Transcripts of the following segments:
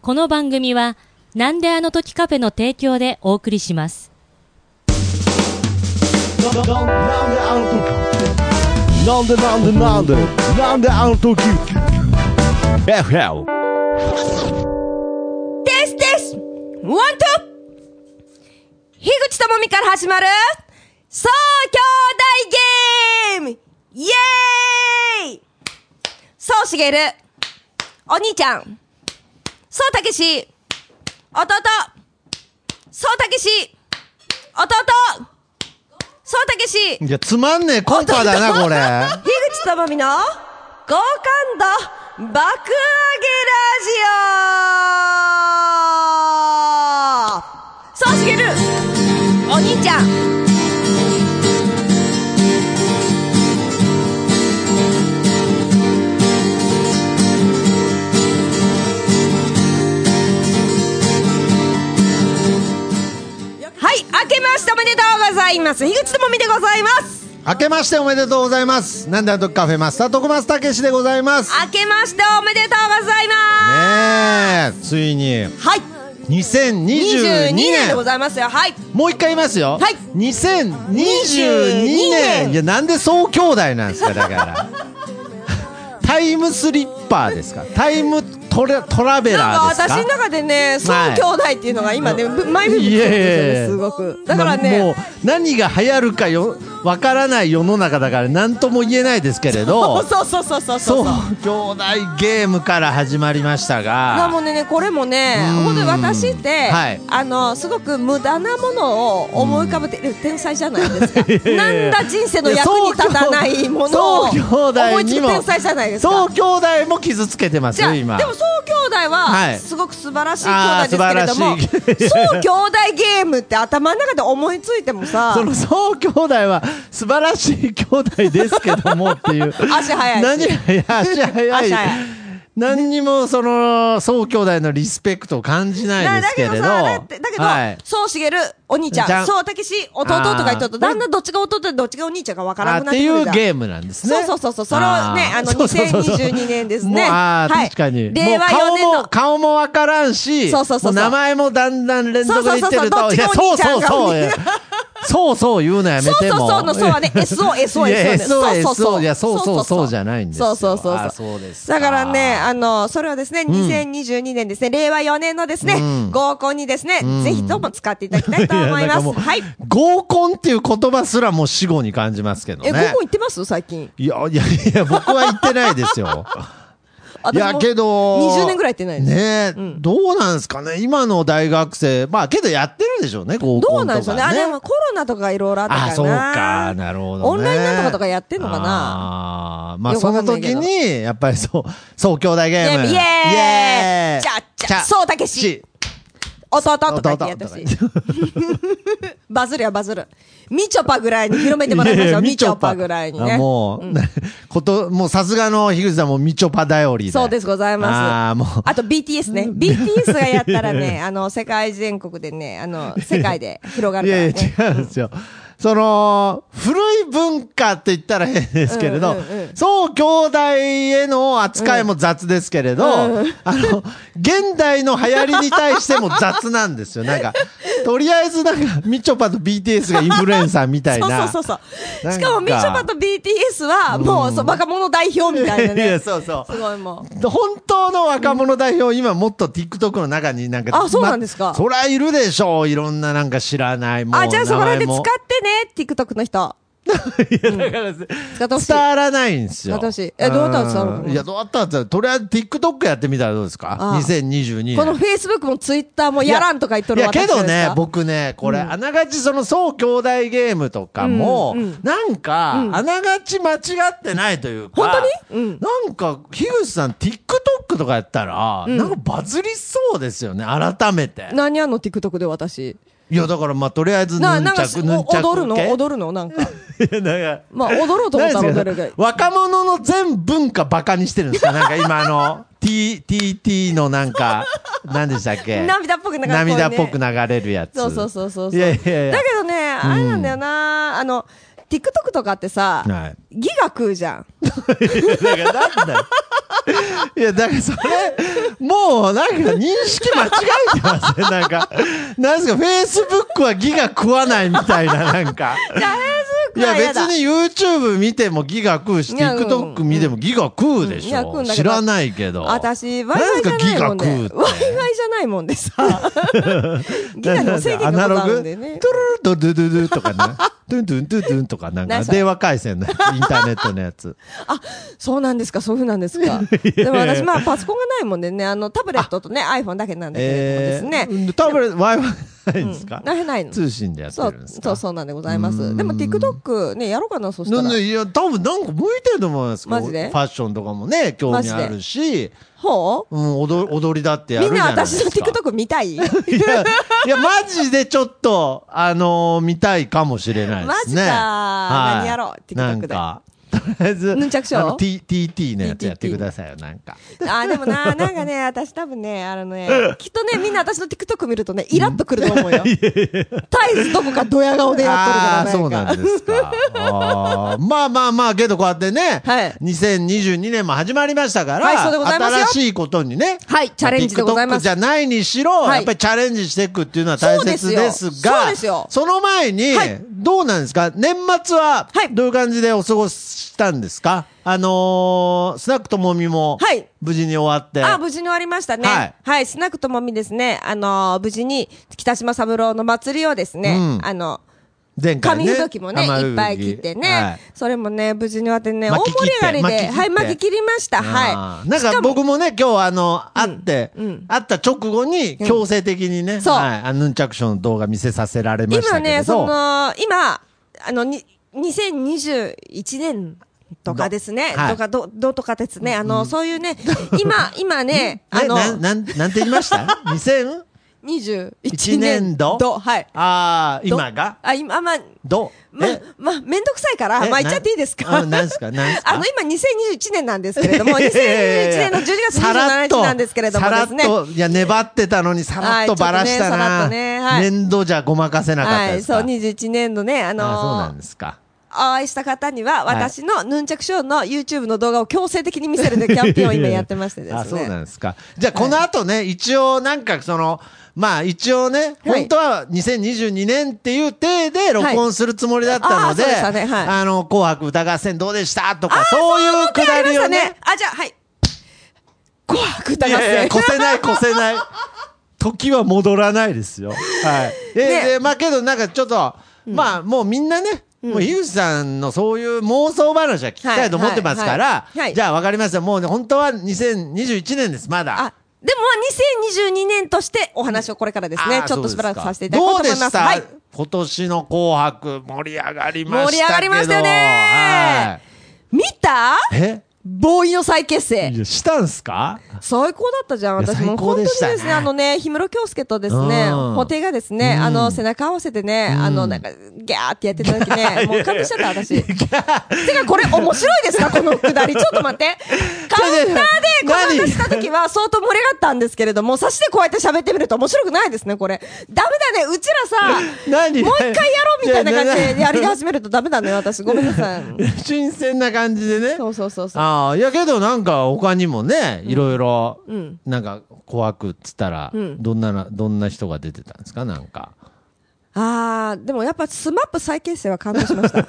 この番組は、なんであの時カフェの提供でお送りします。なんであの時なんでなんでなんでなんであの時 FL ですですワント樋口智美から始まる、総兄弟ゲームイエーイそうしげる、お兄ちゃん、そうたけし、弟、そうたけし、弟、そうたけし、いや、つまんねえコンパだな、これ。 樋口智美の好感度爆上げラジオそうしげるお兄ちゃんはい明けましておめでとうございます樋口智美でございます明けましておめでとうございます。なんであの時カフェマスター、徳松たけしでございます。明けましておめでとうございまねえ、ついに、すはい2022 22年でご年。ざいますよはいもう一回言いますよ。はい2022年。いや、なんでそう兄弟なんですか、だ から。タイムスリッパーですかタイムトラトラベなんラーかですか私の中でね「は孫い兄弟」っていうのが今ねぶマイブームいですやいよやいねやすごくだからまあもうね何が流行るかよわからない世の中だから何とも言えないですけれど そうそうそうそうそうそそうう兄弟ゲームから始まりましたなもうがねこれもねうん本当に私ってはいあのすごく無駄なものを思い浮かべてる天才じゃないです かなんだ人生の役に立たないものをそう兄弟思いつにくも天才じゃないですそかう兄弟も傷つけてますじゃあよでも今そう兄弟ははいすごく素晴らしい兄弟ですあー素晴けれらしいども、そう兄弟ゲームって頭の中で思いついてもさ そのそう兄弟は素晴らしい兄弟ですけどもっていう足速いし何がいや足早足い早い何にもそのそう兄弟のリスペクトを感じないですけれどだだけどさだってだけど、はいそうしげるお兄ちじゃゃんんそうたけし弟とか言っとるとあーだんだんどっちが弟でどっちがお兄ちゃんかわからなあくっなっててくいるうじゃんゲームなんですね。そうそうそうそうそれをねーあのそうそうそうそう2022年ですねもうあーはい確かに。令和もう4年の顔も、顔もわからんし、そうそうそうそうも名前もだんだん連続で言ってそうるそうそうそうどっと、ちいがや、おそ兄うちゃんそうかそう、いやそうそう言うのやめそうてそうも。そうのそうはね SOSOS いや SOS そうそういやそうそうそうじゃないんですよそうそうそうあそうですかだからねあのそれはですね2022年ですね令和4年のですねうん合コンにですねぜひとも使っていただきたいと思い まいやなんかすもうはい合コンっていう言葉すらもう死後に感じますけどえ合ねコン行。ってます最近いや、いや、いや、僕は言ってないですよ。い 私やもけど20年ぐらい行ってないですねえ、んどうなんですかね今の大学生まあけどやってるでしょうね合どコうンとかねなんでしょうね。あ、でもコロナとかいろいろあったからな。あそうかなるほど、ね、オンラインなんとかとかやってんのかななあーまあよくそわかのんないけ時どにやっぱりそうそう兄弟ゲームイエーイエーイじゃあじゃあそうたけし弟とか言ってやってほしい。 バズるやバズる。みちょぱぐらいに広めてもらいましょう。みちょぱぐらいにね。あもう、 こと、もうさすがの樋口さんもみちょぱ頼りで。そうです、ございます。ああ、もう。あと BTS ね。BTS がやったら ね、あの、世界全国でね、あの、世界で広がるいからね。やいや、違うんですよ。その、古い文化って言ったら変ですけれど、うんうんうんそう兄弟への扱いも雑ですけれど、あの、現代の流行りに対しても雑なんですよ。なんか、とりあえずなんか、みちょぱと BTS がインフルエンサーみたいな。そうそうそうそう。なんしかかもみちょぱと BTS は、もう、そう若者代表みたいないや、ね。すそうそう。ごいもう。本当の若者代表、今もっと TikTok の中になんか、あそうなんですかまそりゃいるでしょう。いろんななんか知らないもん。あ、じゃあそこら辺で名使っ前もてね、TikTok の人。使ってほしい 伝。わらないんですよ。伝わってほしいえどうやったら伝わるのうんいや、どうやったら伝わるとりあえず TikTok やってみたらどうですかああ ?2022 年。このフェイスブックもツイッターもやらんとか言っとるいや、私けですかどね、僕ね、これ、あながちその、そう兄弟ゲームとかも、うんうんなんか、あながち間違ってないというか、本当にうんなんか、樋口さん、TikTok とかやったら、なんかバズりそうですよね、改めて。何やんの TikTok で私。いや、だから、まあ、とりあえず、ヌンチな、なんかャし、ク、ヌンチャク系。お踊るの踊るのなんか。 いやなんかまあ、踊ろうと思ったら踊るけど。若者の全文化バカにしてるんですかなんか今 あの、T、TT のなんか、何でしたっけ涙っぽく流れる涙っぽく流れるやつ。そうそうそうそうそう。いやいやいやだけどね、あれなんだよな、あの、TikTok とかってさ、は ギガ食うじゃん。いやだからなんだよいや、だからそれ、もうなんか認識間違えてますね。なんか、なんですか、フェイスブックはギガ食わないみたいな、なんか。じゃあ、フェイスブいックや、は嫌別だ。に YouTube 見てもギガ食うし、いやうん TikTok 見てもギガ食うでしいや食うょ。んだけ知どらないけど。私、なん Wi-Fi すじゃかないもんで。ギ Wi-Fi ガ食うってじゃないもんでさ。 ギガの制限アがナごロざるんグでね。トゥルルドゥドゥドゥとか ね。トゥントゥントゥントゥンとか、なんか何それ電話回線のやつインターネットの やつ。そうなんですか、そういうふうなんですか。でも私、まあ、パソコンがないもんでね、あの、タブレットとね、iPhone だけなんだけれどもですね。ー。多分 Wi-Fi ないんですかないないの。通信でやってそるうんですかそうそうなんでございます。でも TikTok ね、やろうかな、そしたなんら。でいや、多分なんか向いてると思うんですけど、マジフでァッションとかもね、興味あるし、ほううん、踊踊りだってやるみじんゃなないです私か。の TikTok 見たいいや、いや、マジでちょっと、あのー見たいかもしれないでマすね。ジか何やろう TikTok でなんか、とりあえず、ヌンチャクショーあの T- TT のやつやってくださいよ、なんか。あ、でも な、なんかね、私多分ね、あのね、きっとね、みんな私の TikTok 見るとね、イラッとくると思うよ。絶えずどこかドヤ顔でやっとるからああー、そうなんかなんですか。あーまあまあまあ、けどこうやってね、はい2022年も始まりましたから、はいそうでございますよ新しいことにね、はいチャレンジでございます TikTok じゃないにしろ、はいやっぱりチャレンジしていくっていうのは大切ですそが、うですよそうですよその前に、はいどうなんですか年末ははい、どういう感じでお過ごししたんですか、あのースナックともみもはい、無事に終わって、あ、無事に終わりましたね。ははいい。スナックともみですね、あのー無事に、北島三郎の祭りをですね、うんあの、前回紙ね、吹雪もね、雨吹いっぱい切ってね、はいそれもね、無事に終わってね、大巻盛き切っりて上がり巻き切で、ってはい、巻き切りました。あはーい。なんしもか僕もね、今日あの、会って、会った直後に強制的にね、そうはい、あのヌンチャクションの動画見せさせられました今けれね、ど。その、今、あの、に、2021年とかですね、はいとか、ど、どうとかですね、あの、そういうね、今、今 ね、あえ、の、なん、なん、なんて言いました ?2000? 21 1年年度度はい。ああ、今があ、今、まあ、どまえあ、まあ、めんどくさいから、えまあ、言っちゃっていいですなかんなんすかなんす かあの、今、2021年なんですけれども、2021年の12月さら27っと日なんですけれどもですねさ。らっと、いや、粘ってたのにさらっとばらしはいちょっとねたな。さらっとねはい年度じゃごまかせなかったはでい、すか、そう、21年のね、あのーあーそうなんですか。お会いした方には、はい私のヌンチャクショーの YouTube の動画を強制的に見せ るでキャンペーンを今やってましてですね。あ、そうなんですか。じゃあ、この後ね、一応、なんか、その、まあ、一応ね、はい本当は2022年っていう体で録音するつもりだったので、あーそうでしたねはいあの、紅白歌合戦どうでしたとか、そういうくだありまりしをたねね。。あ、じゃあ、はい。紅白歌い合やいや、戦。越せない、越せない。時は戻らないですよ。はい。で、ねでまあ、けど、なんか、ちょっと、まあ、もうみんなね、もう、樋口さんのそういう妄想話は聞きたいと思ってますかはいらはいは、いじゃあ、わかりました。もうね、本当は2021年です、まだ。あ、でも、2022年としてお話をこれからですねあ、ーちょっそとうしすばからくさせていただこうと思いどうでましす。た、はい。今年の紅白、盛り上がりましたけど。盛り上がりましたね見たはいボーイの再結え成。いやしたんすか最高だったじゃん、いや私も。最高本当でにでしたねすね、あのね、氷室京介とですね、うん布袋がですね、あの、背中合わせてね、あの、なんか、ギャーってやってた時ね、もう感動しちゃった、私。てか、これ面白いですかこのくだり。ちょっと待って。カウンターでコメントした時は相当盛り上がったんですけれども、差しでこうやって喋ってみると面白くないですね、これ。ダメだね、うちらさ、もう 何一回やろうみたいな感いやじなでやり始めるとダメだね、私。ごめんな さい。新鮮な感じでね。そうそうそうそう。ああ、いやけどなんか他にもね、いろいろ、なんか紅白っつったら、んどんなな、どんな人が出てたんですかなんか。あー、でもやっぱスマップ再結成は感動 しました。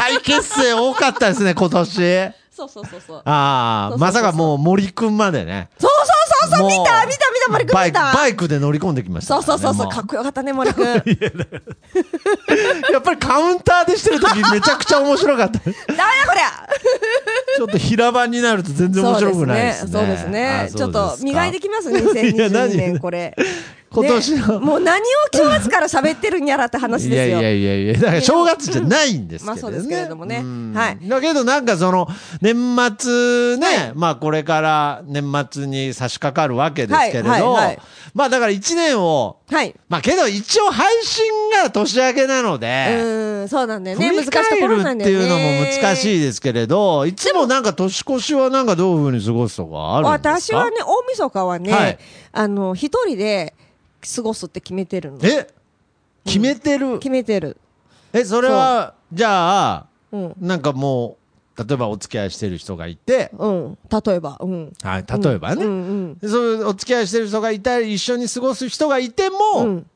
再結成多かったですね、今年。そうそうそうそう。あそあ、うそうそうまさかもう森くんまでね。そうそうそうそう、もう見た見た見た、森君バ見イク、た。バイクで乗り込んできましたそらうね、そうそうそう、もかっこよかったね、森 君。だいぶやっぱりカウンターでしてる時めちゃくちゃ面白か った。ちだこりゃょっと平場になると全然面白くないですね。そうですね。そうですねちょっと磨いてききます、いや何2022年、こ れ。今年のねもう何を正月から喋ってるんやらって話いやですいよ。やいやいや、だから正月じゃないんですけどまあね。そうですけれどもねうんはいだけどなんかその、年末ね、まあこれから年末に差し掛かるわけですけれど、はいはいはいまあだから一年を、はい。まあけど一応配信が年明けなのうで、ーん、そうなんだよね。振難りしいとこ返るろなんっだてよね。いうのも難しいですけれど、いつもなんか年越しはなんかどういうふうに過ごすとかあるんです私かはね、大晦日はね、はいあの、一人で過ごすって決めてるの。え決めてる、決めてる。え、それは、じゃあ、うん。なんかもう、例えばお付き合いしてる人がいて、うん。例えば、うん。はい、例えばね、うんうん。そういうお付き合いしてる人がいたり、一緒に過ごす人がいても、うん。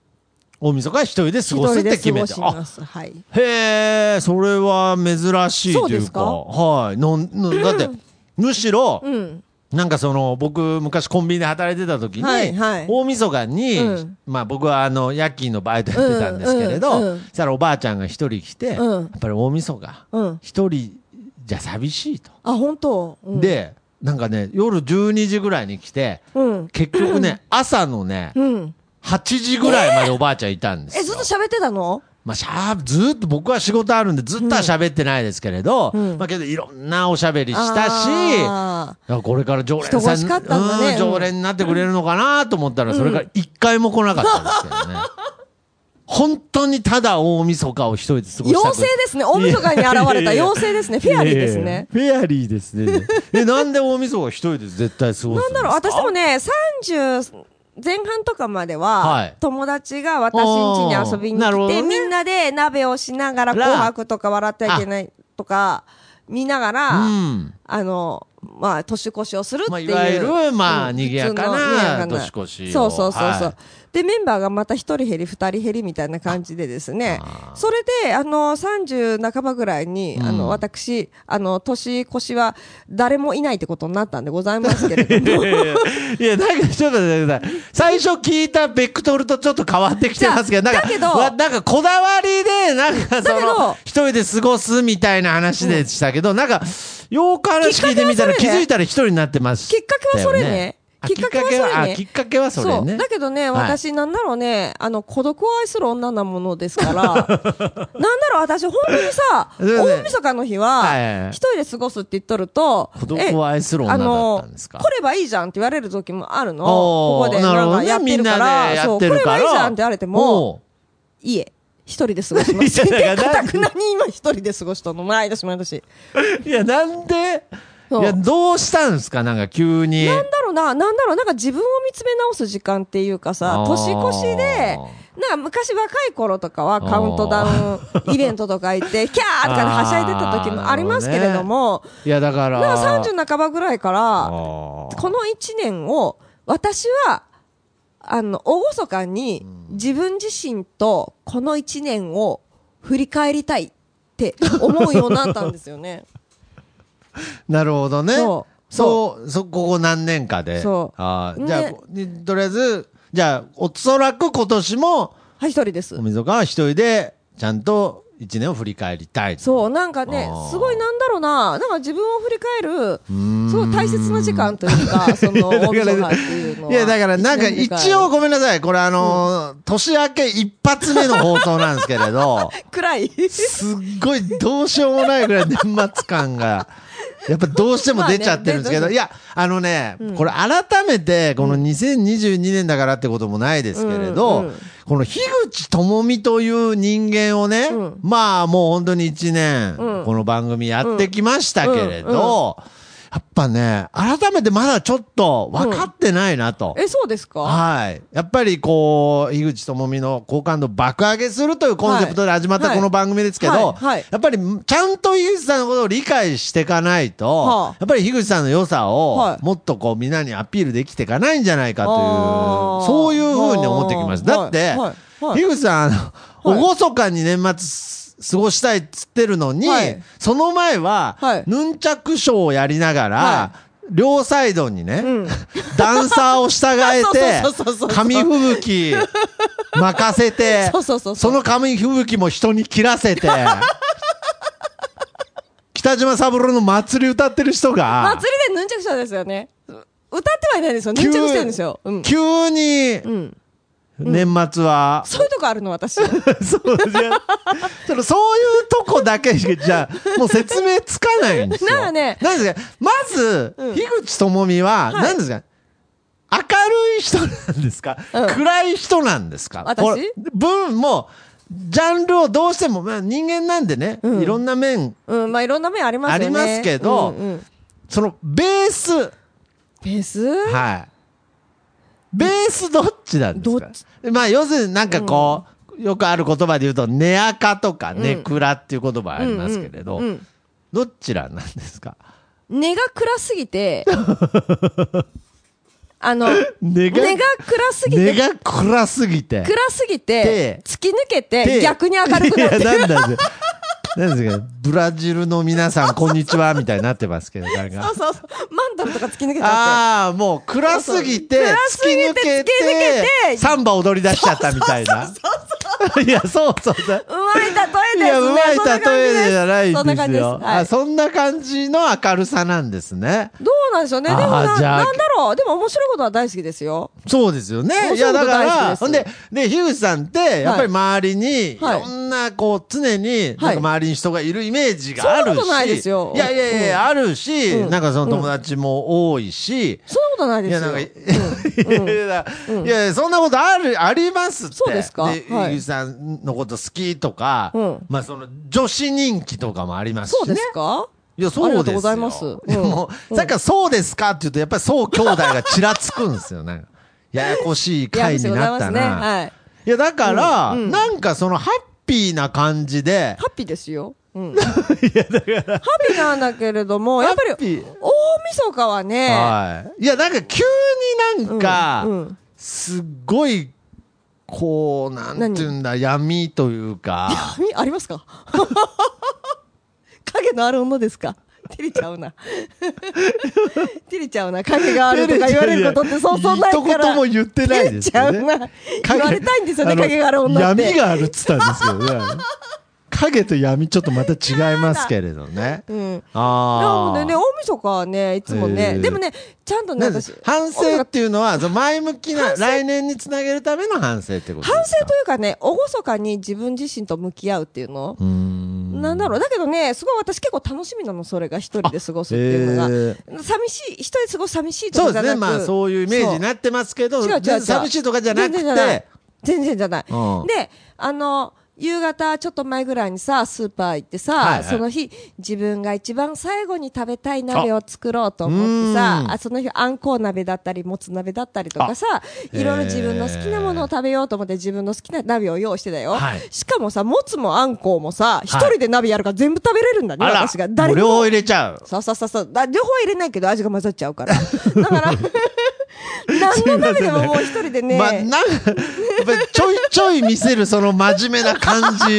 大晦日は一人で過一ごす人ってで決過めごてしあます。はい。へえそれは珍しいとそういでうすかかはいなんなんだってむしろ、うん。なんかその僕昔コンビニで働いてた時に、はいはい大晦日に、うんまあ僕はあの夜勤のバイトやってたんですけれど、うんうんうんそしたらおばあちゃんが一人来て、うんやっぱり大晦日うん。一人じゃ寂しいと、あ、本当、うん、、でなんかね夜12時ぐらいに来てうん。結局ね朝のねうん。 8時ぐらいまでおばあちゃんいたんですよえ、ずっと喋ってたのまあ、しゃーずーっと僕は仕事あるんでずっとは喋ってないですけれど、うんまあけどいろんなおしゃべりしたし、あいやこれから常連人さ欲んしかったんだねうん常連になってくれるのかなと思ったら、それから一回も来なかったんですけど ね。本当にただ大晦日を一人で過ーごしたく妖精ですね。大晦日に現れた妖精ですね。フェアリーですね。。いやいやいやフェアリーですね。え、なんで大晦日を一人で絶対過ごすんですかなんだろう、私でもね、30前半とかまでは、はい友達が私ん家に遊びにあーなるほ来どて、ねみんなで鍋をしながらら紅白とか笑ってはいけないとか、見ながら、うんあの、まあ、年越しをするってまあいう。いわゆるまあうん賑やか普な通の賑やか年越しをそうそうそうそう。はいで、メンバーがまた一人減り、二人減りみたいな感じでですねあ。それで、あの、30半ばぐらいに、あの、私、あの、年越しは誰もいないってことになったんでございますけれども。 いや、なんかちょっと待ってください。最初聞いたベクトルとちょっと変わってきてますけど、なんか、だけどわなんかこだわりで、なんかそだけのど、一人で過ごすみたいな話でしたけど、なんか、よく話聞いてみたらきっかけはそれね気づいたら一人になってます。きっかけはそれね。あきっかけはそれね。きっかけはあきっかけはそれね。う。だけどね、はい私、なんだろうね、あの、孤独を愛する女なものです から、なんだろう、私、本当にさ、そうね大晦日の日はいはいはは、い一人で過ごすって言っとると、孤独を愛するえ女あだのったんですか来ればいいじゃんって言われる時もあるの。おーここで、なるなほどんかねやってるかみんなでら、やそっう、て来るれからばいいじゃんって言われても、おういえ、一人で過ごします。 いやで、だからかたくなに今一人で過ごしたの、毎年毎年。いや、なんで、いそうや、どうしたんですかなんか急に。なんだろうな、なんだろう、なんか自分を見つめ直す時間っていうかさあ、ー年越しで、なんか昔若い頃とかはカウントダウンイベントとか行って、 キャーとかではしゃいでた時もありますけれども、いや、だから。なんか30半ばぐらいから、あーこの1年を、私は、あの、大ごそかに自分自身とこの1年を振り返りたいって思うようになったんですよね。 なるほどね。そ。そううそう、ここ何年かで。そうああ、じゃあ、ねこにとりあえず、じゃあ、おそらく今年も、はい、一人ですお。みそかは一人で、ちゃんと一年を振り返りたい。そう、なんかねあー、すごいなんだろうな、なんか自分を振り返る、んすごい大切な時間という か、その、大だから晦日っていうのは。いや、だからなんか年振り返る一応、ごめんなさい。これあのー年明け一発目の放送なんですけれ ど、暗い。すっごいどうしようもないぐらい年末感が、やっぱどうしても出ちゃってるんですけまど、あねいや、あのね、これ改めて、この2022年だからってこともないですけれうんうどん、この樋口智美という人間をねうん、まあもう本当に1年、んこの番組やってきましたけれど、やっぱね、改めてまだちょっと分かってないなと。え、そうですかはい。やっぱりこう、樋口智美の好感度爆上げするというコンセプトで始まったはいこの番組ですけど、はいはいやっぱりちゃんと樋口さんのことを理解していかないと、はあやっぱり樋口さんの良さをはいもっとこうみんなにアピールできていかないんじゃないかという、あーそういうふうに思ってきました。だはっいて、はいはい樋口さん、あの、はいおごそかに年末過ごしたいっつってるのに、はいその前は、はいヌンチャクショーをやりながら、は両サイドにね、ん ダンサーを従えてそうそうそうそう、そう紙吹雪任せて、 そうそうそうそうその紙吹雪も人に切ら せて、北島三郎の祭り歌ってる人が、祭りでヌンチャクしたですよね。う歌ってはいないですよ。ヌンチャクしてるんですよ。うん。急にうん。年末は、そういうとこあるの、 私。そうじゃそのそういうとこだけじゃ、もう説明つかないんですよ。なんかねなんですかまず、うん樋口智美は、何ですか明るい人なんですか、うん暗い人なんですか私これ文も、ジャンルをどうしても、まあ、人間なんでね、うんいろんな面、うん、まあ、いろんな面ありますよね。ありますけどうんうんそのベース、ベースはい。ベースどっちなんですかどっちまあ、要するになんかこう、よくある言葉で言うと、寝垢とかんネクラっていう言葉ありますけれど、うん。どちらなんですか根が暗すぎ て、あの、根が根が暗すぎ根て、が暗すぎて。暗すぎて手、突き抜けてで逆に明るくなっている。や、なんだよ。なんですかブラジルの皆さん、こんにちは、みたいになってますけど、なんそかう。そうそう。マンダムとか突き抜けちゃっああ、もう暗すぎて、そう突き暗すぎて突抜けき抜けてて、サンバ踊り出しちゃったみたいな。 いや、そうそうだ。て。うまい例えですいね。や、うまい例えでじゃないんそんな感じでですす。よ。はいあそんな感じの明るさなんですね。どうなんでしょうね。でもあーな、じゃあなんだろう。でも面白いことは大好きですよ。そうですよね。面い白いや、こだとか大好きら、ですほんで、で、ヒューさんって、やっぱり周りに、いはいろんな、こう、常に、はないんか周りに人がいるイメージがあるそんし。なことないですよいやいやいや、あるし、うんなんかその友達も多いし、そんなことないでいすや、よ。なんか、いや いやいやいや、そんなことある、ありますって。そうですかで、はいゆうさんのこと好きとかうん、まあ、その、女子人気とかもありますしね。そうですかいや、そうですよ。ありがとうございますうんでも、さっきからそうですかって言うと、やっぱりそう兄弟がちらつくんですよ ね。ややこしい回になったいやございますねな。はい。いや、だから、うんうんなんかそのハッピーな感じで、ハッピーですよ。 うん。ハッピーなんだけれども、やっぱりハッピ大ー晦日はね、はい。いや、なんか急になんか、うんうんすっごい、こう、なんていうんだ、闇というか、髪ありますか影のある女ですか照れちゃうな。照れちゃうな。影 があるとか言われることってそうそうないから。一言も言ってないですよ照れねちゃうな。言われたいんですよね、あの影がある女って。闇があるっつったんですけどね。 影と闇ちょっとまた違いますけれどね。うん。なあのあ。でね、大晦日はね、いつもへね、ーでもね、ちゃんとね、なんで私、反省っていうのは、その前向きな、反省来年につなげるための反省ってことですか反省というかね、厳かに自分自身と向き合うっていうの、うーん。なんだろう、だけどね、すごい私結構楽しみなの、それが一人で過ごすっていうのが。え寂しい、一人で過ごす寂しいとそかうじでゃすね。なくまあ、そういうイメージになってますけど、そう違う違う全違う然寂しいとかじゃな全く然じゃないて、全然じゃない。うんで、あの、夕方ちょっと前ぐらいにさ、スーパー行ってさ、はいはいその日、自分が一番最後に食べたい鍋を作ろうと思ってあさ、うんあその日、あんこう鍋だったり、もつ鍋だったりとかさ、あいろいろ自分の好きなものを食べようと思って、自分の好きな鍋を用意してたよ。はいしかもさ、もつもあんこうもさ、一人で鍋やるから全部食べれるんだね、あ私が。ら、誰無に料もを入れちゃう。そうそうそうそう。だ両方は入れないけど味が混ざっちゃう から。だから、何の鍋でももう一人でね。まあ、なんか、やっぱりちょいちょい見せるその真面目な感 じ。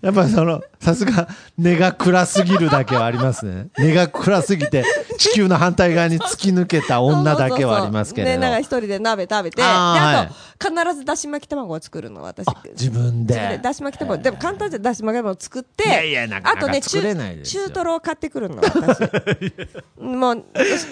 やっぱその、さすが、根が暗すぎるだけはありますね。根が暗すぎて、地球の反対側に突き抜けた女だけはありますけれね、ど。なんか一人で鍋食べて、であーあと、必ずだし巻き卵を作るの、私。あ自分自分でで。だし巻き卵、でも簡単じゃだし巻き卵を作って、いやいやなかなかあとね、作れないですよ中中トロを買ってくるの、 私。もう、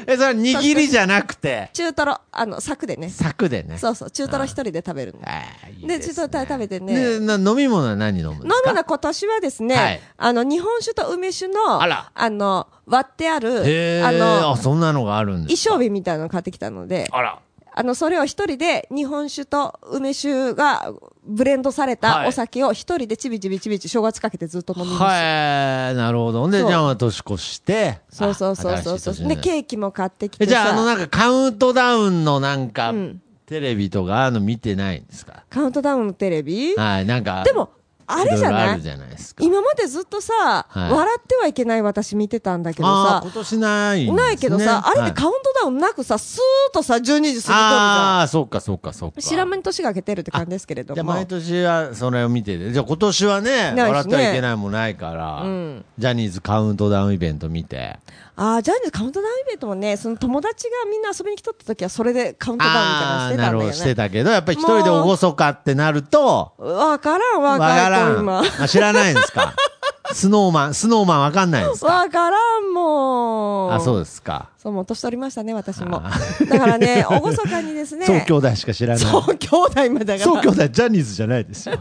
え、それは握りじゃなくて、中トロ、あの、柵でね。柵でね。そうそう、中トロ一人で食べるの。ああ、いいで、で中すトね。ロ食べてね。で、な飲み物は何飲むんです飲むかの今年はですね、はいあの、日本酒と梅酒の、あらの、割ってある、へあーのあ、、そんなのがあるんで衣す。装日みたいなの買ってきたので、あら。あの、それを一人で日本酒と梅酒がブレンドされはたいお酒を一人でちびちびちびち正月かけてずっと飲みました。はい、なるほど。で、じそうゃあ、年越して。そうそうそうそうそう。で、で、ケーキも買ってきてえさ。じゃあ、あの、なんかカウントダウンのなんか、んテレビとか、あの、見てないんですかカウントダウンのテレビはい、なんか。でも、あれじゃろろなあいるじゃないですか。今までずっとさ、はい笑ってはいけない私見てたんだけどああー、さ、今年ないんですね。ないけどさ、あれってはいカウントダウンなくさ、スーッとさ、12時過ぎとるじゃん。ああ、そうか、そうか、そうか。知らん間に年が明けてるって感じですけれどじゃあも。毎年はそれを見ててじゃあ今年はねね笑ってはいけないもないから、うんジャニーズカウントダウンイベント見てああ、ジャニーズカウントダウンイベントもね、その友達がみんな遊びに来とった時はそれでカウントダウンみたいなのあしあてーなたんだるほよどしてね。たけどやっぱり一人でおごそかってなるとわからん、わわかからん、らん今。あ知らないんで すかスノーマンスノーマンわかんないんですかわからん、もう。あそうう。ですかそう、もう年取りましたね、私も。だからね、おごそかにですね。そう兄弟しか知らないそう、兄弟までだかそうら兄。弟ジャニーズじゃないですよ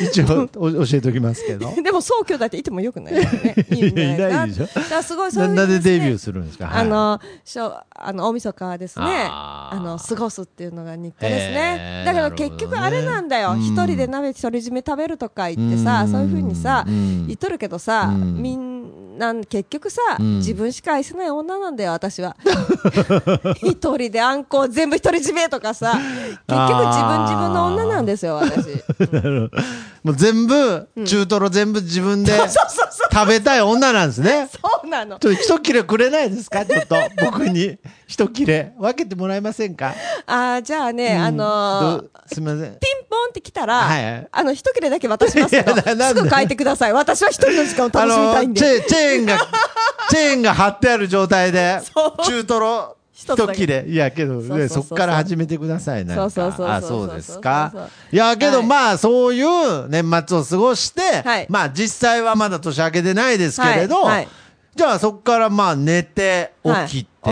一応 お教えておきますけどでも、そう兄弟っていてもよくないよね。い いんじゃいやいなないいでですしか。ょだからすごい、そういうなふうにんでデビューですねするんですか、あはいの、しょあの、大晦日はですね、ああーの、過ごすっていうのが日課ですね。へーだけなどるほどね結局あれなんだよ。うん一人で鍋独り占め食べるとか言ってさ、うんそういうふうにさ、うん言っとるけどさ、うんみんな、結局さ、ん自分しか愛せない女なんだよ、私は。 一人であんこを全部独り占めとかさ、結局自分あー 自分の女なんですよ、私。なるほどもう全部、中トロ全部自分で そうそうそう食べたい女なんですね。そうなのちょっと一切れくれないですかちょっと僕に一切れ分けてもらえませんか、あーじゃあね、あのーどうすみませピんンポンって来たら、はいはいあの、一切れだけ渡しますけど、いやななんすでぐ変えてください。私は一人の時間をあ楽しみたいんので。チェチェー ンがチェーンが張ってある状態でそう中トロ一つだ一け切れいやけどそうそうねそそうっから始めてくださいなんかそうそうそうそうあそうでそすうそうかそういやけど、はいまあそういう年末を過ごして、はいまあ実際はまだ年明けてないですけれど、はいはいじゃあそこからまあ寝て起きて、はい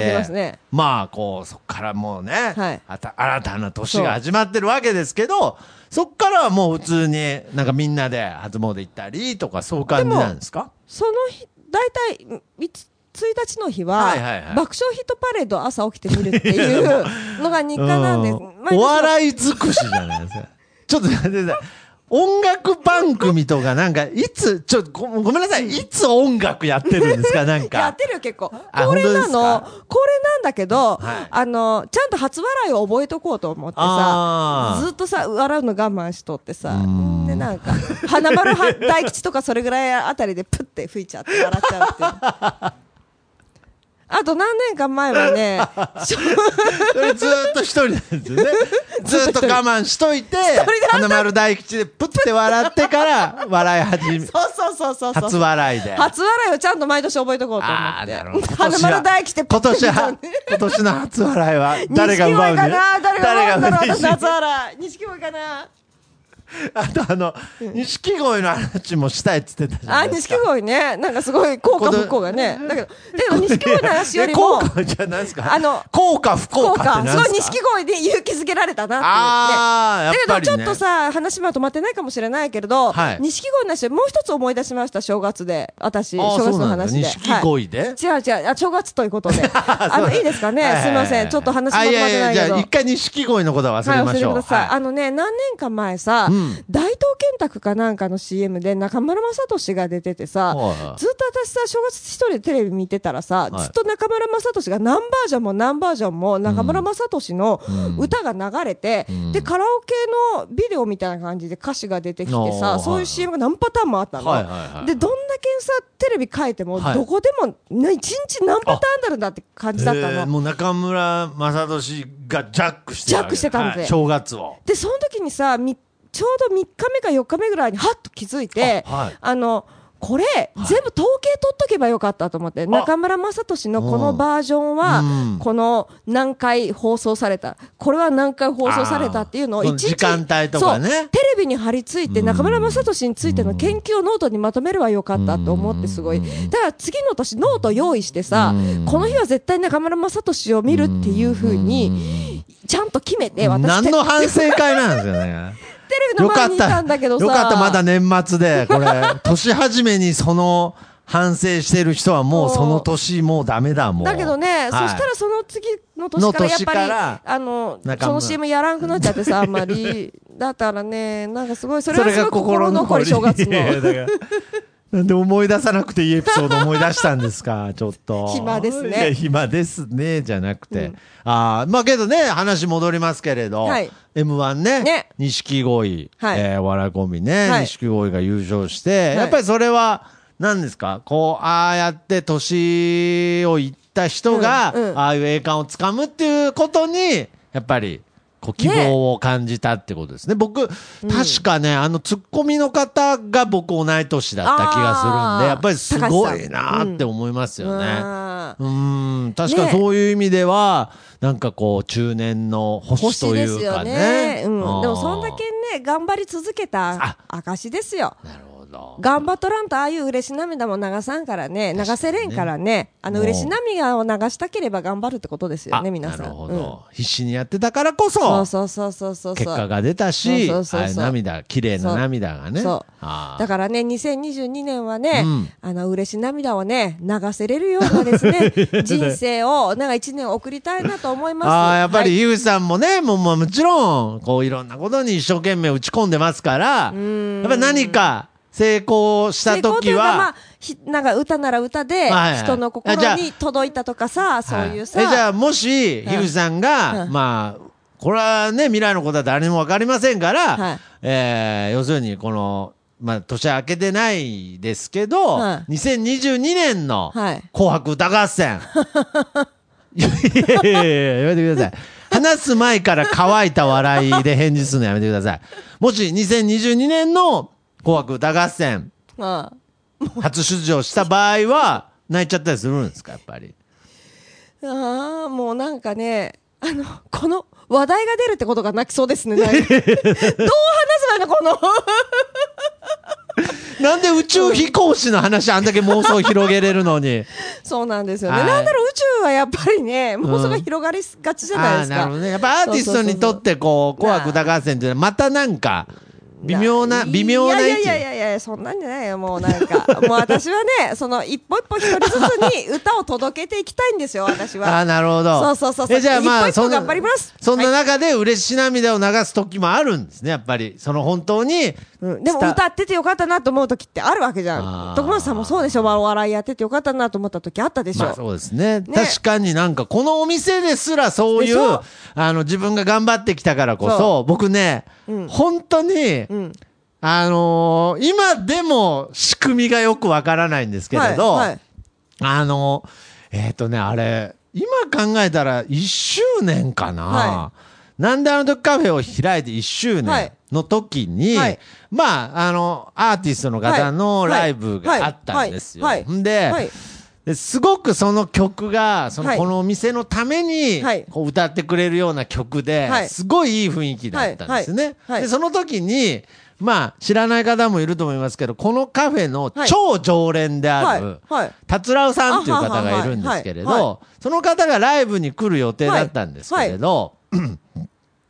起きますねまあこうそこからもうね、はいあた新たな年が始まってるわけですけどそこからはもう普通になんかみんなで初詣行ったりとかそういう感じなんですかその日、大体、んいつ1日の日は、はいはいはい爆笑ヒットパレード朝起きて見るっていうのが日課なんです。 うんお笑い尽くしじゃないですか。 ちょっと待ってください。音楽番組とかなんか、いつ、ちょ、ごごめんなさい、いつ音楽やってるんですかなんやっか。てるよ結構恒あ例なの本当恒例なんだけど、はいあのちゃんと初笑いを覚えとこうと思ってあさーずっとさ笑うの我慢しとってさでなんか花丸は大吉とかそれぐらいあたりでプッて吹いちゃって笑っちゃうっていう。 あと何年か前はね、しょそれずーっと一人なんですよね。ずーっと我慢しといて人で、花丸大吉でプッて笑ってから、笑い始め、 そうそうそうそうそう。初笑いで。初笑いをちゃんと毎年覚えとこうとあ思あっー、なるてほど。。花丸大吉でプ今ッて吹いち年ゃうはね、今年の初笑いは、誰が奪う錦鯉かねな誰が奪うんだろう私誰が夏原。錦鯉かなあとあの、錦鯉の話もしたいっつってたじゃなあ、いです錦か。鯉ね。なんかすごい、効果不効がね。だけど、だけど錦鯉の話よりも、え効果じゃないですか。あの効果不効効果って果何、ですすかごい錦鯉で勇気づけられたなあーっていうね。だやっぱけりどねちょっとさ、話は止まってないかもしれないけれど、はい錦鯉の話、もう一つ思い出しました、正月で。私、あー正月の話で。そうなんだ錦鯉ではい違う違うあ、正月という ことで。あの、いいですかね、はいはいはいすいません。ちょっと話まとまってないけど。あいやいやじゃあ一回錦鯉のことは忘れましょう。はい、忘れてください。はいあのね、何年か前さ、うん大東建託かなんかの CM で中村雅俊が出ててさ、はいずっと私さ、正月一人でテレビ見てたらさ、はいずっと中村雅俊が何バージョンも何バージョンも中村雅俊の歌が流れて、んで、カラオケのビデオみたいな感じで歌詞が出てきておさ、ーそうはいいう CM が何パターンもあったの。はいはいはいで、どんだけさ、テレビ変えても、はいどこでも、ね、一日何パターンあるんだって感じだったえのー。もう中村雅俊がジャックしてたわけジャックしてたんではい正月を。でその時にさみちょうど3日目か4日目ぐらいにはっと気づいてああ、はいのこれ、全部統計取っとけばよかったと思って中村雅俊のこのバージョンは、うんこの何回放送されたこれは何回放送されたっていうのをあー一日時間帯とかねそうテレビに貼り付いて中村雅俊についての研究をノートにまとめればよかったと思ってすごいだから次の年ノート用意してさこの日は絶対中村雅俊を見るっていうふうにちゃんと決めて私何の反省会なんですよね。テレビのよか前っにいた。たんだけどさ。よかった、まだ年末で、これ、 年始めにその反省してる人はもうその年もうダメだ、もう。だけどね、はそいしたらその次の年からのやっ年ぱからり、あの、中村その CM やらなくなっちゃってさ、あんま り。だからね、なんかすごい、それそがれすごいが心心残残り、り正月 いやいやの。だからなんで思い出さなくていいエピソード思い出したんで すか、ちょっと。暇ですねいや暇ですね、じゃなくて。ああ、まあけどね、話戻りますけれど、はい M1 ね、ね錦鯉、はいえー、わらこみね、はい錦鯉が優勝して、いやっぱりそれは、何ですかこう、ああやって年をいった人が、うんうんああいう栄冠をつかむっていうことに、やっぱり、こう、希ね望を感じたってことですね。僕、確かね、あの、ツッコミの方が僕同い年だった気がするんあーで、やっぱりすごいなーって思いますよね。あーうん、確かにそういう意味では、なんかこう、中年の星星といですうよかねね。。うん。あーでもそんだけね、頑張り続けたあ証ですよ。なるほど。頑張っとらんとああいう嬉し涙も流さんからね、流せれんからね、あのもう嬉し涙を流したければ頑張るってことですよあね、皆さん。なるほうんど。必死にやってたからこそうそ、そうそうそうそうそう。結果が出たし、そうそうそうそうああいう涙、綺麗な涙がね。そうあーだからね、2022年はね、うんあの、嬉し涙をね、流せれるようなです ね、人生を、なんか一年送りたいなと思います。ああ、やっぱはいり、井口さんもね、もう、もうもちろん、こう、いろんなことに一生懸命打ち込んでますから、やっぱり何か成功した成功とい時うかまはあ、、ひなんか歌なら歌で、はいはい人の心あじゃあに届いたとかさ、そういうさ、はいえじゃあ、もし、ん樋口さんが、うんまあ、これはね、未来のことは誰にもわかりませんから、はいえー要するにこの、まあ、年明けてないですけど、は2022年のはい紅白歌合戦。 いやいやいややめてください。話す前から乾いた笑いで返事するのやめてください。もし2022年の紅白歌合戦、あ初出場した場合は、泣いちゃったりするんですか、やっぱり。ああ、もうなんかね、あの、この話題が出るってことが泣きそうです ね。なんかどう話せばいいの、この。なんで宇宙飛行士の話あんだけ妄想広げれるのに。そうなんですよね。はいなんだろう、宇宙はやっぱりね、妄想が広がりがちじゃないあであーすなか。るほどね。やっぱアーティストにとって、こう、そうそう紅そう白歌合戦っていうのは、またなんか、微妙な、微妙な位い置。やいやいやいやいや、そんなんじゃないよ、もうなん か。もう私はね、その一歩一歩一人ずつに歌を届けていきたいんですよ、私あは。あ、なるほど。そうそうそうそうえじゃあまあ、一歩一歩そんな頑張りますそんな中で嬉し涙を流す時もあるんですね、やっぱり。その本当に。うんでもスタ歌っててよかったなと思う時ってあるわけじあゃーん。徳松さんもそうでしょ、お笑いやっててよかったなと思った時あったでしょ。まあそうですねね確かになんかこのお店ですらそういでしうょあの自分が頑張ってきたからこそそ僕ね、本当に、んあのー今でも仕組みがよくわからないんですけれど、はいはいあのーえっ、とねあれ今考えたら1周年かな、はなんであの時カフェを開いて1周はい年の時に、はいまああのアーティストの方のはいライブはいがあったんですよ。はいはいんで、はいですごくその曲がそのはいこのお店のためにはいこう歌ってくれるような曲で、はいすごいいい雰囲気だったんですね。はいはいはいでその時にまあ知らない方もいると思いますけどこのカフェのはい超常連である、はいはい達郎さんという方がいるんですけれど、あはははいはその方がライブに来る予定だったんですけれど、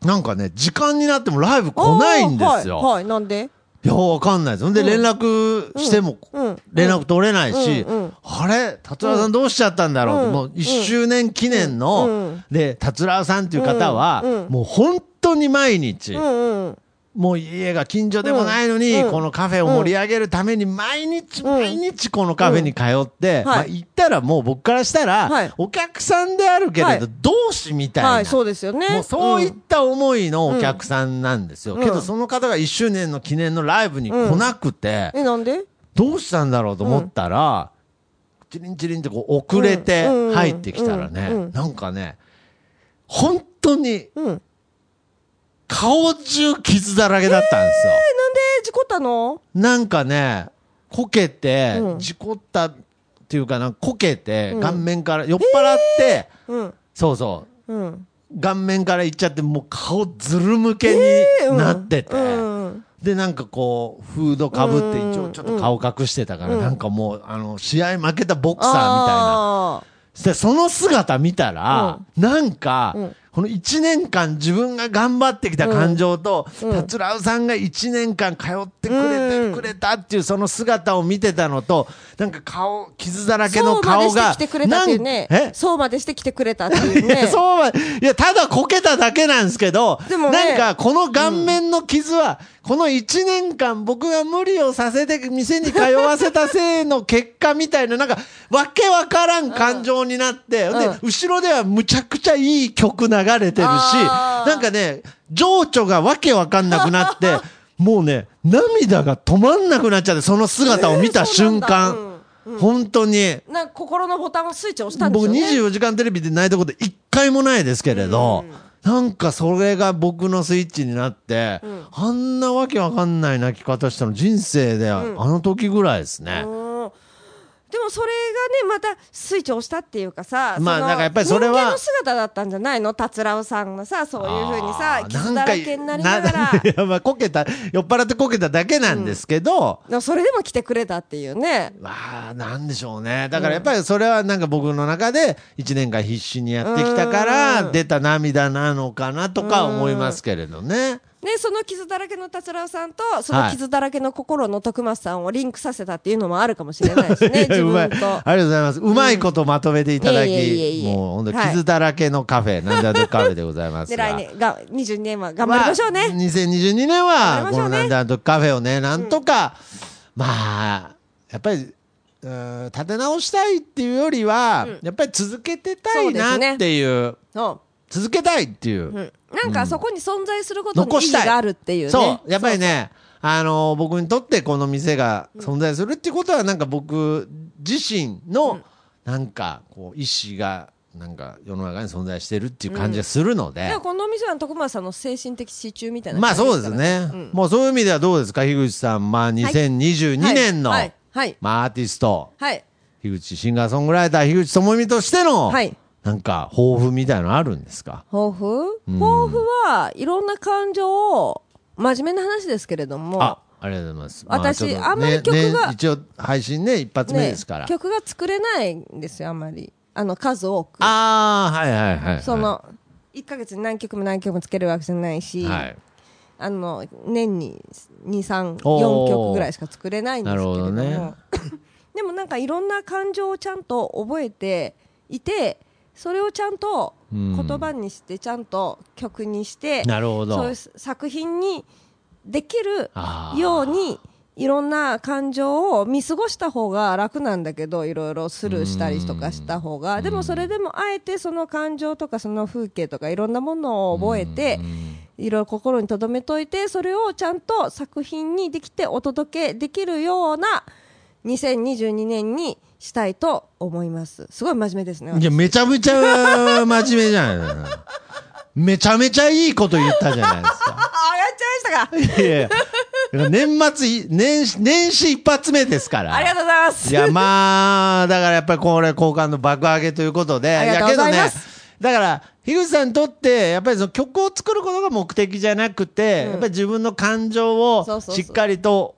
なんかね時間になってもライブ来ないんですよ。おーはい、はいなんでいや、わかんないです。ほんで、連絡してもうんうん、連絡取れないしうんうん、あれ達郎さんどうしちゃったんだろうって、うんもう一周年記う念のん、で、達郎さんっていう方うんはう、んもう本当に毎日う、んうん。もう家が近所でもないのにう、んこのカフェを盛り上げるために、毎日、ん毎日このカフェに通って、まあ行ったらもう僕からしたはらい、お客さんであるけれはどい、同志みたいな。はい、そうですよね。もうそういっんた思いのお客さんなんですよ。うんけどその方が1周年の記念のライブに来なくて、え、なんでどうしたんだろうと思ったら、チリンチリンってこう遅れてうんうん入ってきたらね、うんなんかね、本当にうん。え、なんで顔中傷だらけだったんですよ。事故ったのなんかね、こけてう、ん事故ったっていうかなんかこけて、うん顔面から酔っ払って、うん。そうそう。うん。顔面からいっちゃって、もう顔ずるむけえうんになってて、うん。でなんかこうフードかぶってうん一応ちょっと顔隠してたから、うんなんかもうあの試合負けたボクサーみたいなあでその姿見たら、なんか、うんこの1年間自分が頑張ってきた感情と、達郎さんが1年間通ってくれて、うんくれたっていうその姿を見てたのとなんか顔傷だらみけたいな。の顔そうまでがしてきてくれたっていうね。なんえそうまでしてきてくれたっていうね。いや、そうは、いや、ただこけただけなんですけど、でもねなんか、この顔面の傷は、この1年間僕が無理をさせて店に通わせたせいの結果みたいな、なんか、わけわからん感情になって、んでうん、後ろではむちゃくちゃいい曲流れてるし、あーなんかね、情緒がわけわかんなくな って、もうね、涙が止まんなくなっちゃって、その姿を見た瞬そうなん間だ。本当に。なんか心のボタンをスイッチ押したんでしょ僕うね。 24時間テレビで泣いたこと一回もないですけれど、なんかそれが僕のスイッチになって、あんなわけわかんない泣き方したの人生であの時ぐらいですね。うんでもそれがねまたスイッチを押したっていうかさまあそのなんかやっぱりそれは人間の姿だったんじゃないの達郎さんがさそういうふうにさあー傷だらけになりながんらかいやまあこけた酔っ払ってこけただけなんですけど、でもそれでも来てくれたっていうねまあなんでしょうねだからやっぱりそれはなんか僕の中で1年間必死にやってきたから出た涙なのかなとか思いますけれどね。でその傷だらけの達郎さんとその傷だらけの心の徳松さんをリンクさせたっていうのもあるかもしれないですね自 うまい。あ分りと。がとうございます。うまいことまとめていただいえいえきいえい、えもう本当はい傷だらけのカフェ、なんであのカフェでございますでが。来年が22年は頑張りましょうね。まあ2022年頑張りは、まこしょのうねなんであのカフェをね、なんとか、まあ、やっぱり、うーん立て直したいっていうよりは、やっぱり続けてたいそうですなねっていうそう続けたいっていう。なんかそこに存在することに残意義したい。があるっていうね。そう。やっぱりね、あのー僕にとってこの店が存在するっていうことは、なんか僕自身の、なんか、こう、意思が、なんか世の中に存在してるっていう感じがするのだでから。このお店は徳松さんの精神的支柱みたいなまあ感じそうでかすらね、もうそういう意味ではどうですか、樋口さん。まあ2022はい年の、はいはいまあアーティスト、はい。樋口シンガーソングライター、樋口智美としての、はいなんか抱負みたいなのあるんですか抱負抱負はいろんな感情を、真面目な話ですけれども、あ、ありがとうございます。私ちょっとあんまり曲がね一応配信ね、一発目ねですから。曲が作れないんですよ、あんまり。あの、数多く。ああ、はいはいはいはい。その、1ヶ月に何曲も何曲もつけるわけじゃないし、はい。あの、年に2、3、お4ー曲ぐらいしか作れないんですけれども。なるほどね でもなんかいろんな感情をちゃんと覚えていて、それをちゃんとうん言葉にして、ちゃんと曲にして、なるほどそういう作品にできるあーように、いろんな感情を見過ごした方が楽なんだけど、いろいろスルーしたりとかした方が、でもそれでもあえてその感情とかその風景とかいろんなものを覚えて、いろいろ心に留めといて、それをちゃんと作品にできてお届けできるような2022年にしたいと思います。すごい真面目ですね。いや、めちゃめちゃ真面目じゃ ないめちゃめちゃいいこと言ったじゃないですあか。あ、やっちゃいましたかいやいや年末い、年始、年始一発目ですから。ありがとうございます いや、まあ、だからやっぱりこれ、好感度爆上げということで。ありがとうございますやけどね、だから、樋口さんにとって、やっぱりその曲を作ることが目的じゃなくて、やっぱり自分の感情そうをそうしそうっかりと、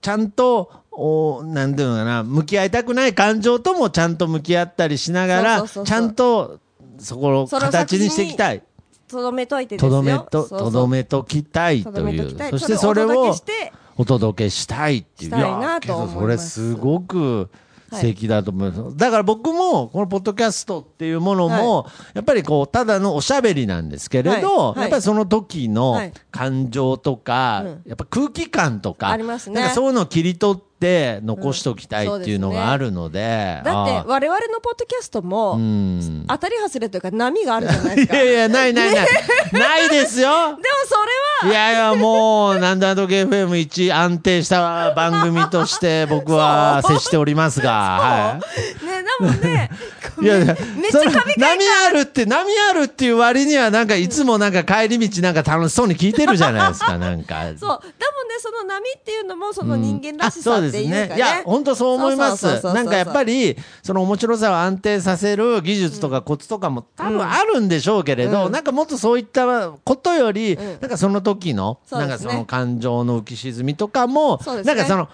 ちゃんと、おなんていうのかな、向き合いたくない感情ともちゃんと向き合ったりしながそうら、そうそうそうちゃんと、そこをそれを作形品ににしていきたい。とどめといてですとよ。どめそと、うそうとどめときたいとどとめいときうたい。そしてそおれ届をけして、お届けしたいっていう。したいなと思いますやけどそれすごく素敵だと思います。だから僕も、このポッドキャストっていうものも、やっぱりこう、ただのおしゃべりなんですけはれど、いはいやっぱりその時のはい感情とか、うんやっぱ空気感とか、ありますねなんかそういうのを切り取って残しておきたいっていうのがあるので、だってあ我々のポッドキャストも、うん。当たり外れというか波があるじゃないですいか。やでもいや、ないな いない。ないですよそいれは、やいや、もう、なんだとけ FM1 安定した番組 として僕は接しておりますが、はい。ね、なもんね、 いやいや、めっちゃ神回その波あるって、波あるっていう割には、なんかいつもなんか帰り道なんか楽しそうに聞いてるじゃないですか、なんか。そう。だもんね、その波っていうのも、その人間らしさあそうっでていすうかね。ね。いや、本当そう思いまそうそうそうす。そうなんかやっぱり、その面白さを安定させる技術とかコツとかも多分あるんでしょうけれど、なんかもっとそういったことより、なんかその時の、そうでなすねんかその感情の浮き沈みとかも、そうなんですねかその、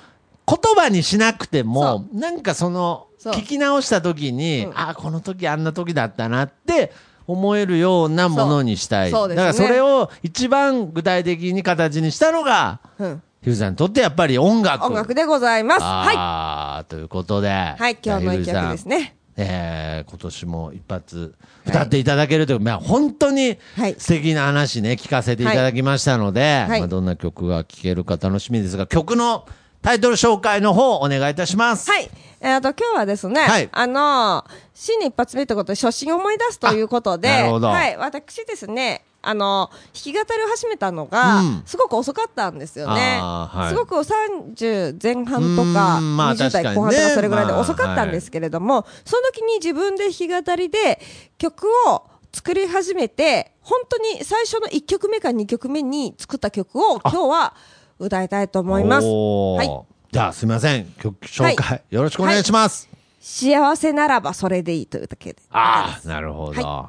言葉にしなくても、なんかその、そう聞き直した時に、ああ、この時あんな時だったなって、思えるようなものにしたい。そうそだうでかすねらそれを一番具体的に形にしたのが、うんヒューさんにとってやっぱり音楽。音楽でございます。はああ、ということで。い。はい、今日の一じゃ曲あです。ね。ヒューさんえー今年も一発歌っていただけるという、まあ本当にはい素敵な話ね、聞かせていただきましたので、はいまあどんな曲が聴けるか楽しみですが、曲のタイトル紹介の方お願いいたします。はい。えっと、今日はですね、はいあのー、新年一発目ということで、初心を思い出すということで、 あなるほどはい、私ですね、あのー、弾き語りを始めたのが、うんすごく遅かったんですよね。あーはいすごく30前半とか、うーんまあ20代後半と確かにかねそれぐらいでまあ遅かったんですけれども、その時に自分で弾き語りで曲を作り始めて、本当に最初の1曲目か2曲目に作った曲を今日は歌いたいと思います。おーはいじゃあすみません、曲紹介、はいよろしくお願いします。幸せならばそれでいいというだけで。ああ、なるほど。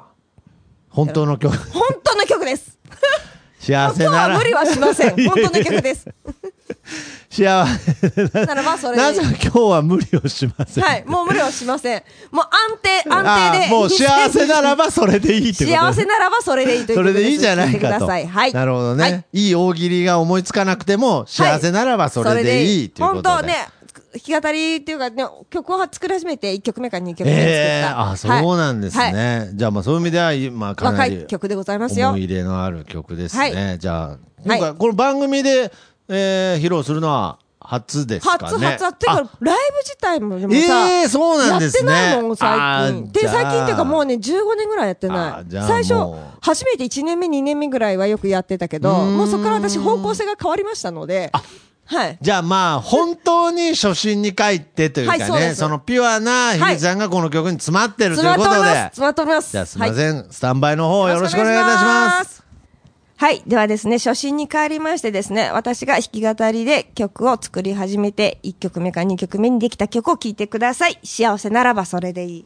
本当の曲、本当の曲です。幸今日せ なはら無、理はしません。本当の曲 です。幸せならならばそれで。なぜ今日は無理をしません。はい、もう無理はしません。もう安定、安定あで。ーもう幸せならばそれでいいってこ と幸せならばそれでいいというそことれすでいいじゃな聞いてくかだと。さい。はい。なるほどはねい。。いい大喜利が思いつかなくても、幸せならばそれでいいっていうことで。本当ね、弾き語りっていうかね、曲を作り始めて1曲目か2曲目に作った。ええあ、そうなんですはいはいね。じゃあまあそういう意味では、今かな若り。い曲でございますよ思い入れのある曲ですね。はじゃあ、は今い回この番組で、えー披露するのは、初ですかね。初、初、初。てか、ライあブ自体もでもさ、ええそうなんですね。やってないもん、最近。で、最近っていうかもうね、ね、15年ぐらいやってあない。じゃあ最初もう、初めて1年目、2年目ぐらいはよくやってたけど、もうそこから私方向性が変わりましたので、はい。じゃあまあ、本当に初心に帰ってというかね、はいそうですそのピュアなひびちゃんがこの曲に詰まってるとついうまこととめで。ます。つまとめます。じゃあすいません、スタンバイの方よろしくお願いいたします。す。はい。ではですね、初心に帰りましてですね、私が弾き語りで曲を作り始めて、1曲目か2曲目にできた曲を聴いてください。幸せならばそれでいい。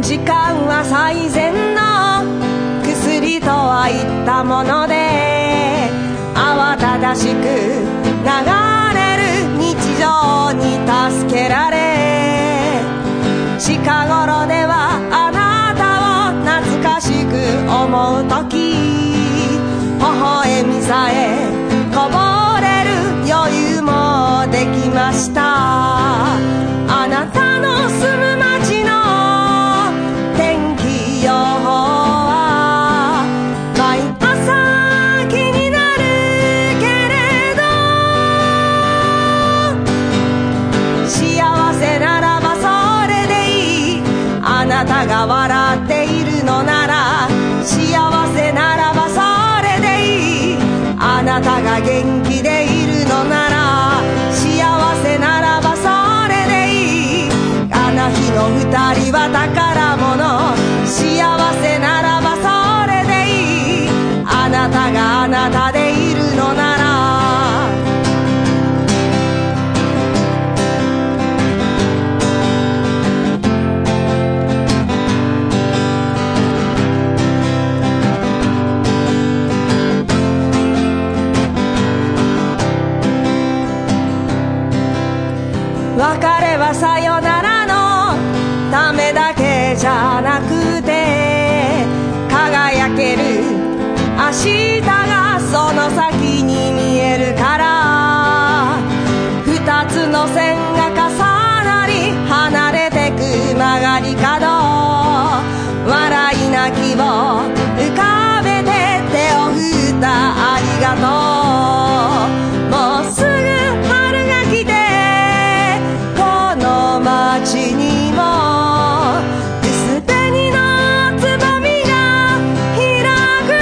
時間は最善の薬とは言ったもので慌ただしく流れる日常に助けられ近頃ではあなたを懐かしく思う時微笑みさえこぼれる余裕もできましたあなたの住む街の天気予報は毎朝気になるけれど幸せならばそれでいいあなたが笑っているのなら幸せならばそれでいいあなたが元気でいるのなら幸せならばそれでいいあの日の二人は宝物幸せならばそれでいいあなたがあなたでいるのなら別れはさよならのためだけじゃなくて輝ける明日がその先に見えるから二つの線が重なり離れてく曲がり角笑い泣きを浮かべて手を振ったありがとうもうすぐ春が来てこの街にも薄紅のつぼみが開く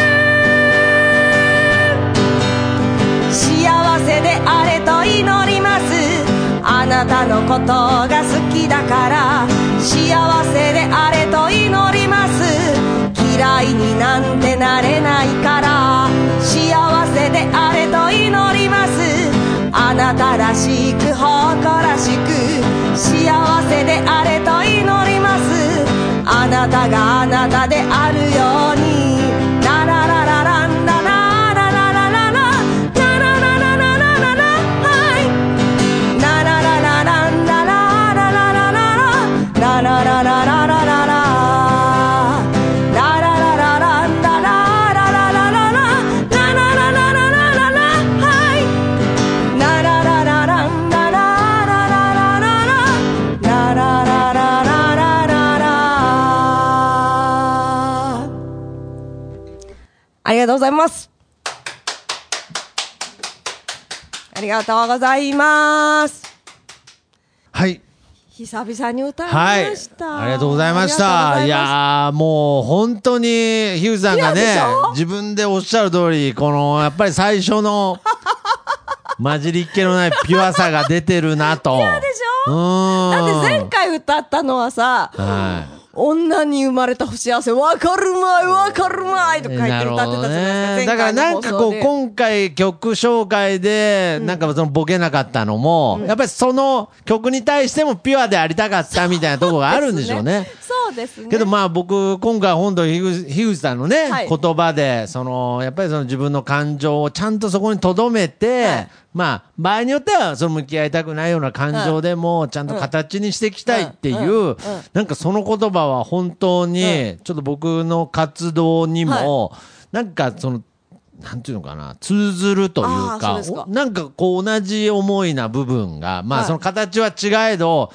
幸せであれと祈りますあなたのことが好きだから幸せであれと祈ります嫌いになんてなれないから幸せであれと祈りますあなたらしく誇らしく幸せであれと祈りますあなたがあなたであるようにララララランララありがとうございます。ありがとうございます。はい。久々に歌いはい。あましりた、がとうございました。あいりがとうござまやー、もう本当に、ひぐさんがピュアでねしょ、自分でおっしゃる通り、この、やっぱり最 初の、混じりっ気のないピュアさが出てるなと。ピュアでしょうーだん。って前回歌ったのはさ、は女に生まれた幸せ、わかるまい、わかるまいとか言って歌ってたじゃないですか。だからなんかこう、ん今回曲紹介で、なんかそのボケなかったのも、やっぱりその曲に対してもピュアでありたかったみたいなところがあるんでしょうね。そうですね。けどまあ僕、今回本当、樋口樋口さんのね、はい言葉で、その、やっぱりその自分の感情をちゃんとそこに留めて、はいまあ、場合によっては、その向き合いたくないような感情でも、ちゃんと形にしていきたいっていう、うんうんなんかその言葉は本当に、ちょっと僕の活動にも、なんかその、なんていうのかな通ずるというあーそうかですかおなんかこう同じ思いな部分がまはあいその形は違えど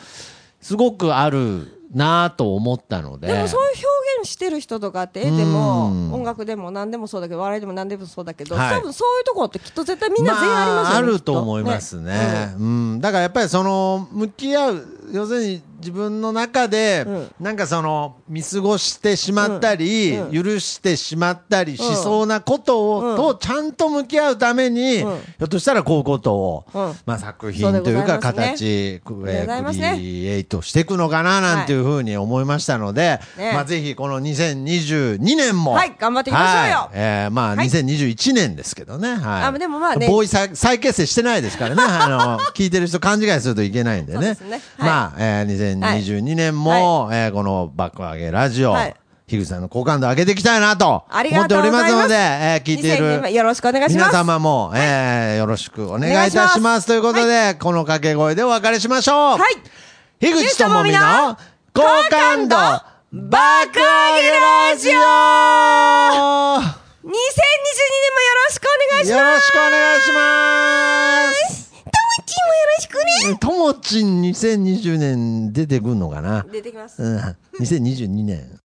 すごくあるなぁと思ったのででもそういう表現してる人とかって絵でもうん音楽でも何でもそうだけど笑いでも何でもそうだけど、はい多分そういうところってきっと絶対みんな全員ありますよね、あ、きっると思いますねうんだからやっぱりその向き合う要するに自分の中で、うんなんかその見過ごしてしまったり、うん許してしまったりしうんそうなことを、うんとちゃんと向き合うために、うんひょっとしたらこういうことを、うんまあ、作品というかそうでございますね形、でえございまーすクねリエイトしていくのかななんていうふうに思いましたので、ねまあ、ぜひこの2022年も、はい頑張っていきましょうよはいえーまあ、はい2021年ですけどね、はいあでもまあねボーイ再再結成してないです からね。あの、聞いてる人勘違いするといけないんでそうでね。すねはいまあ、えー2022年も、えーこのバック上げラジオ、はい樋口さんの好感度上げていきたいなとあり思がってとうおござりいまますすので、えー聞いてい2022る年よろしくお願いします皆様も、えーよろしくお願いいたします。ということで、この掛け声でお別れしましょはう。い樋口智美の好感度爆上げラジ2022年オもよろしくお願いしよまろしくお願いします。 すともちんもよろしくねともちん2020年出てくんのかな出てきますうん。2022年。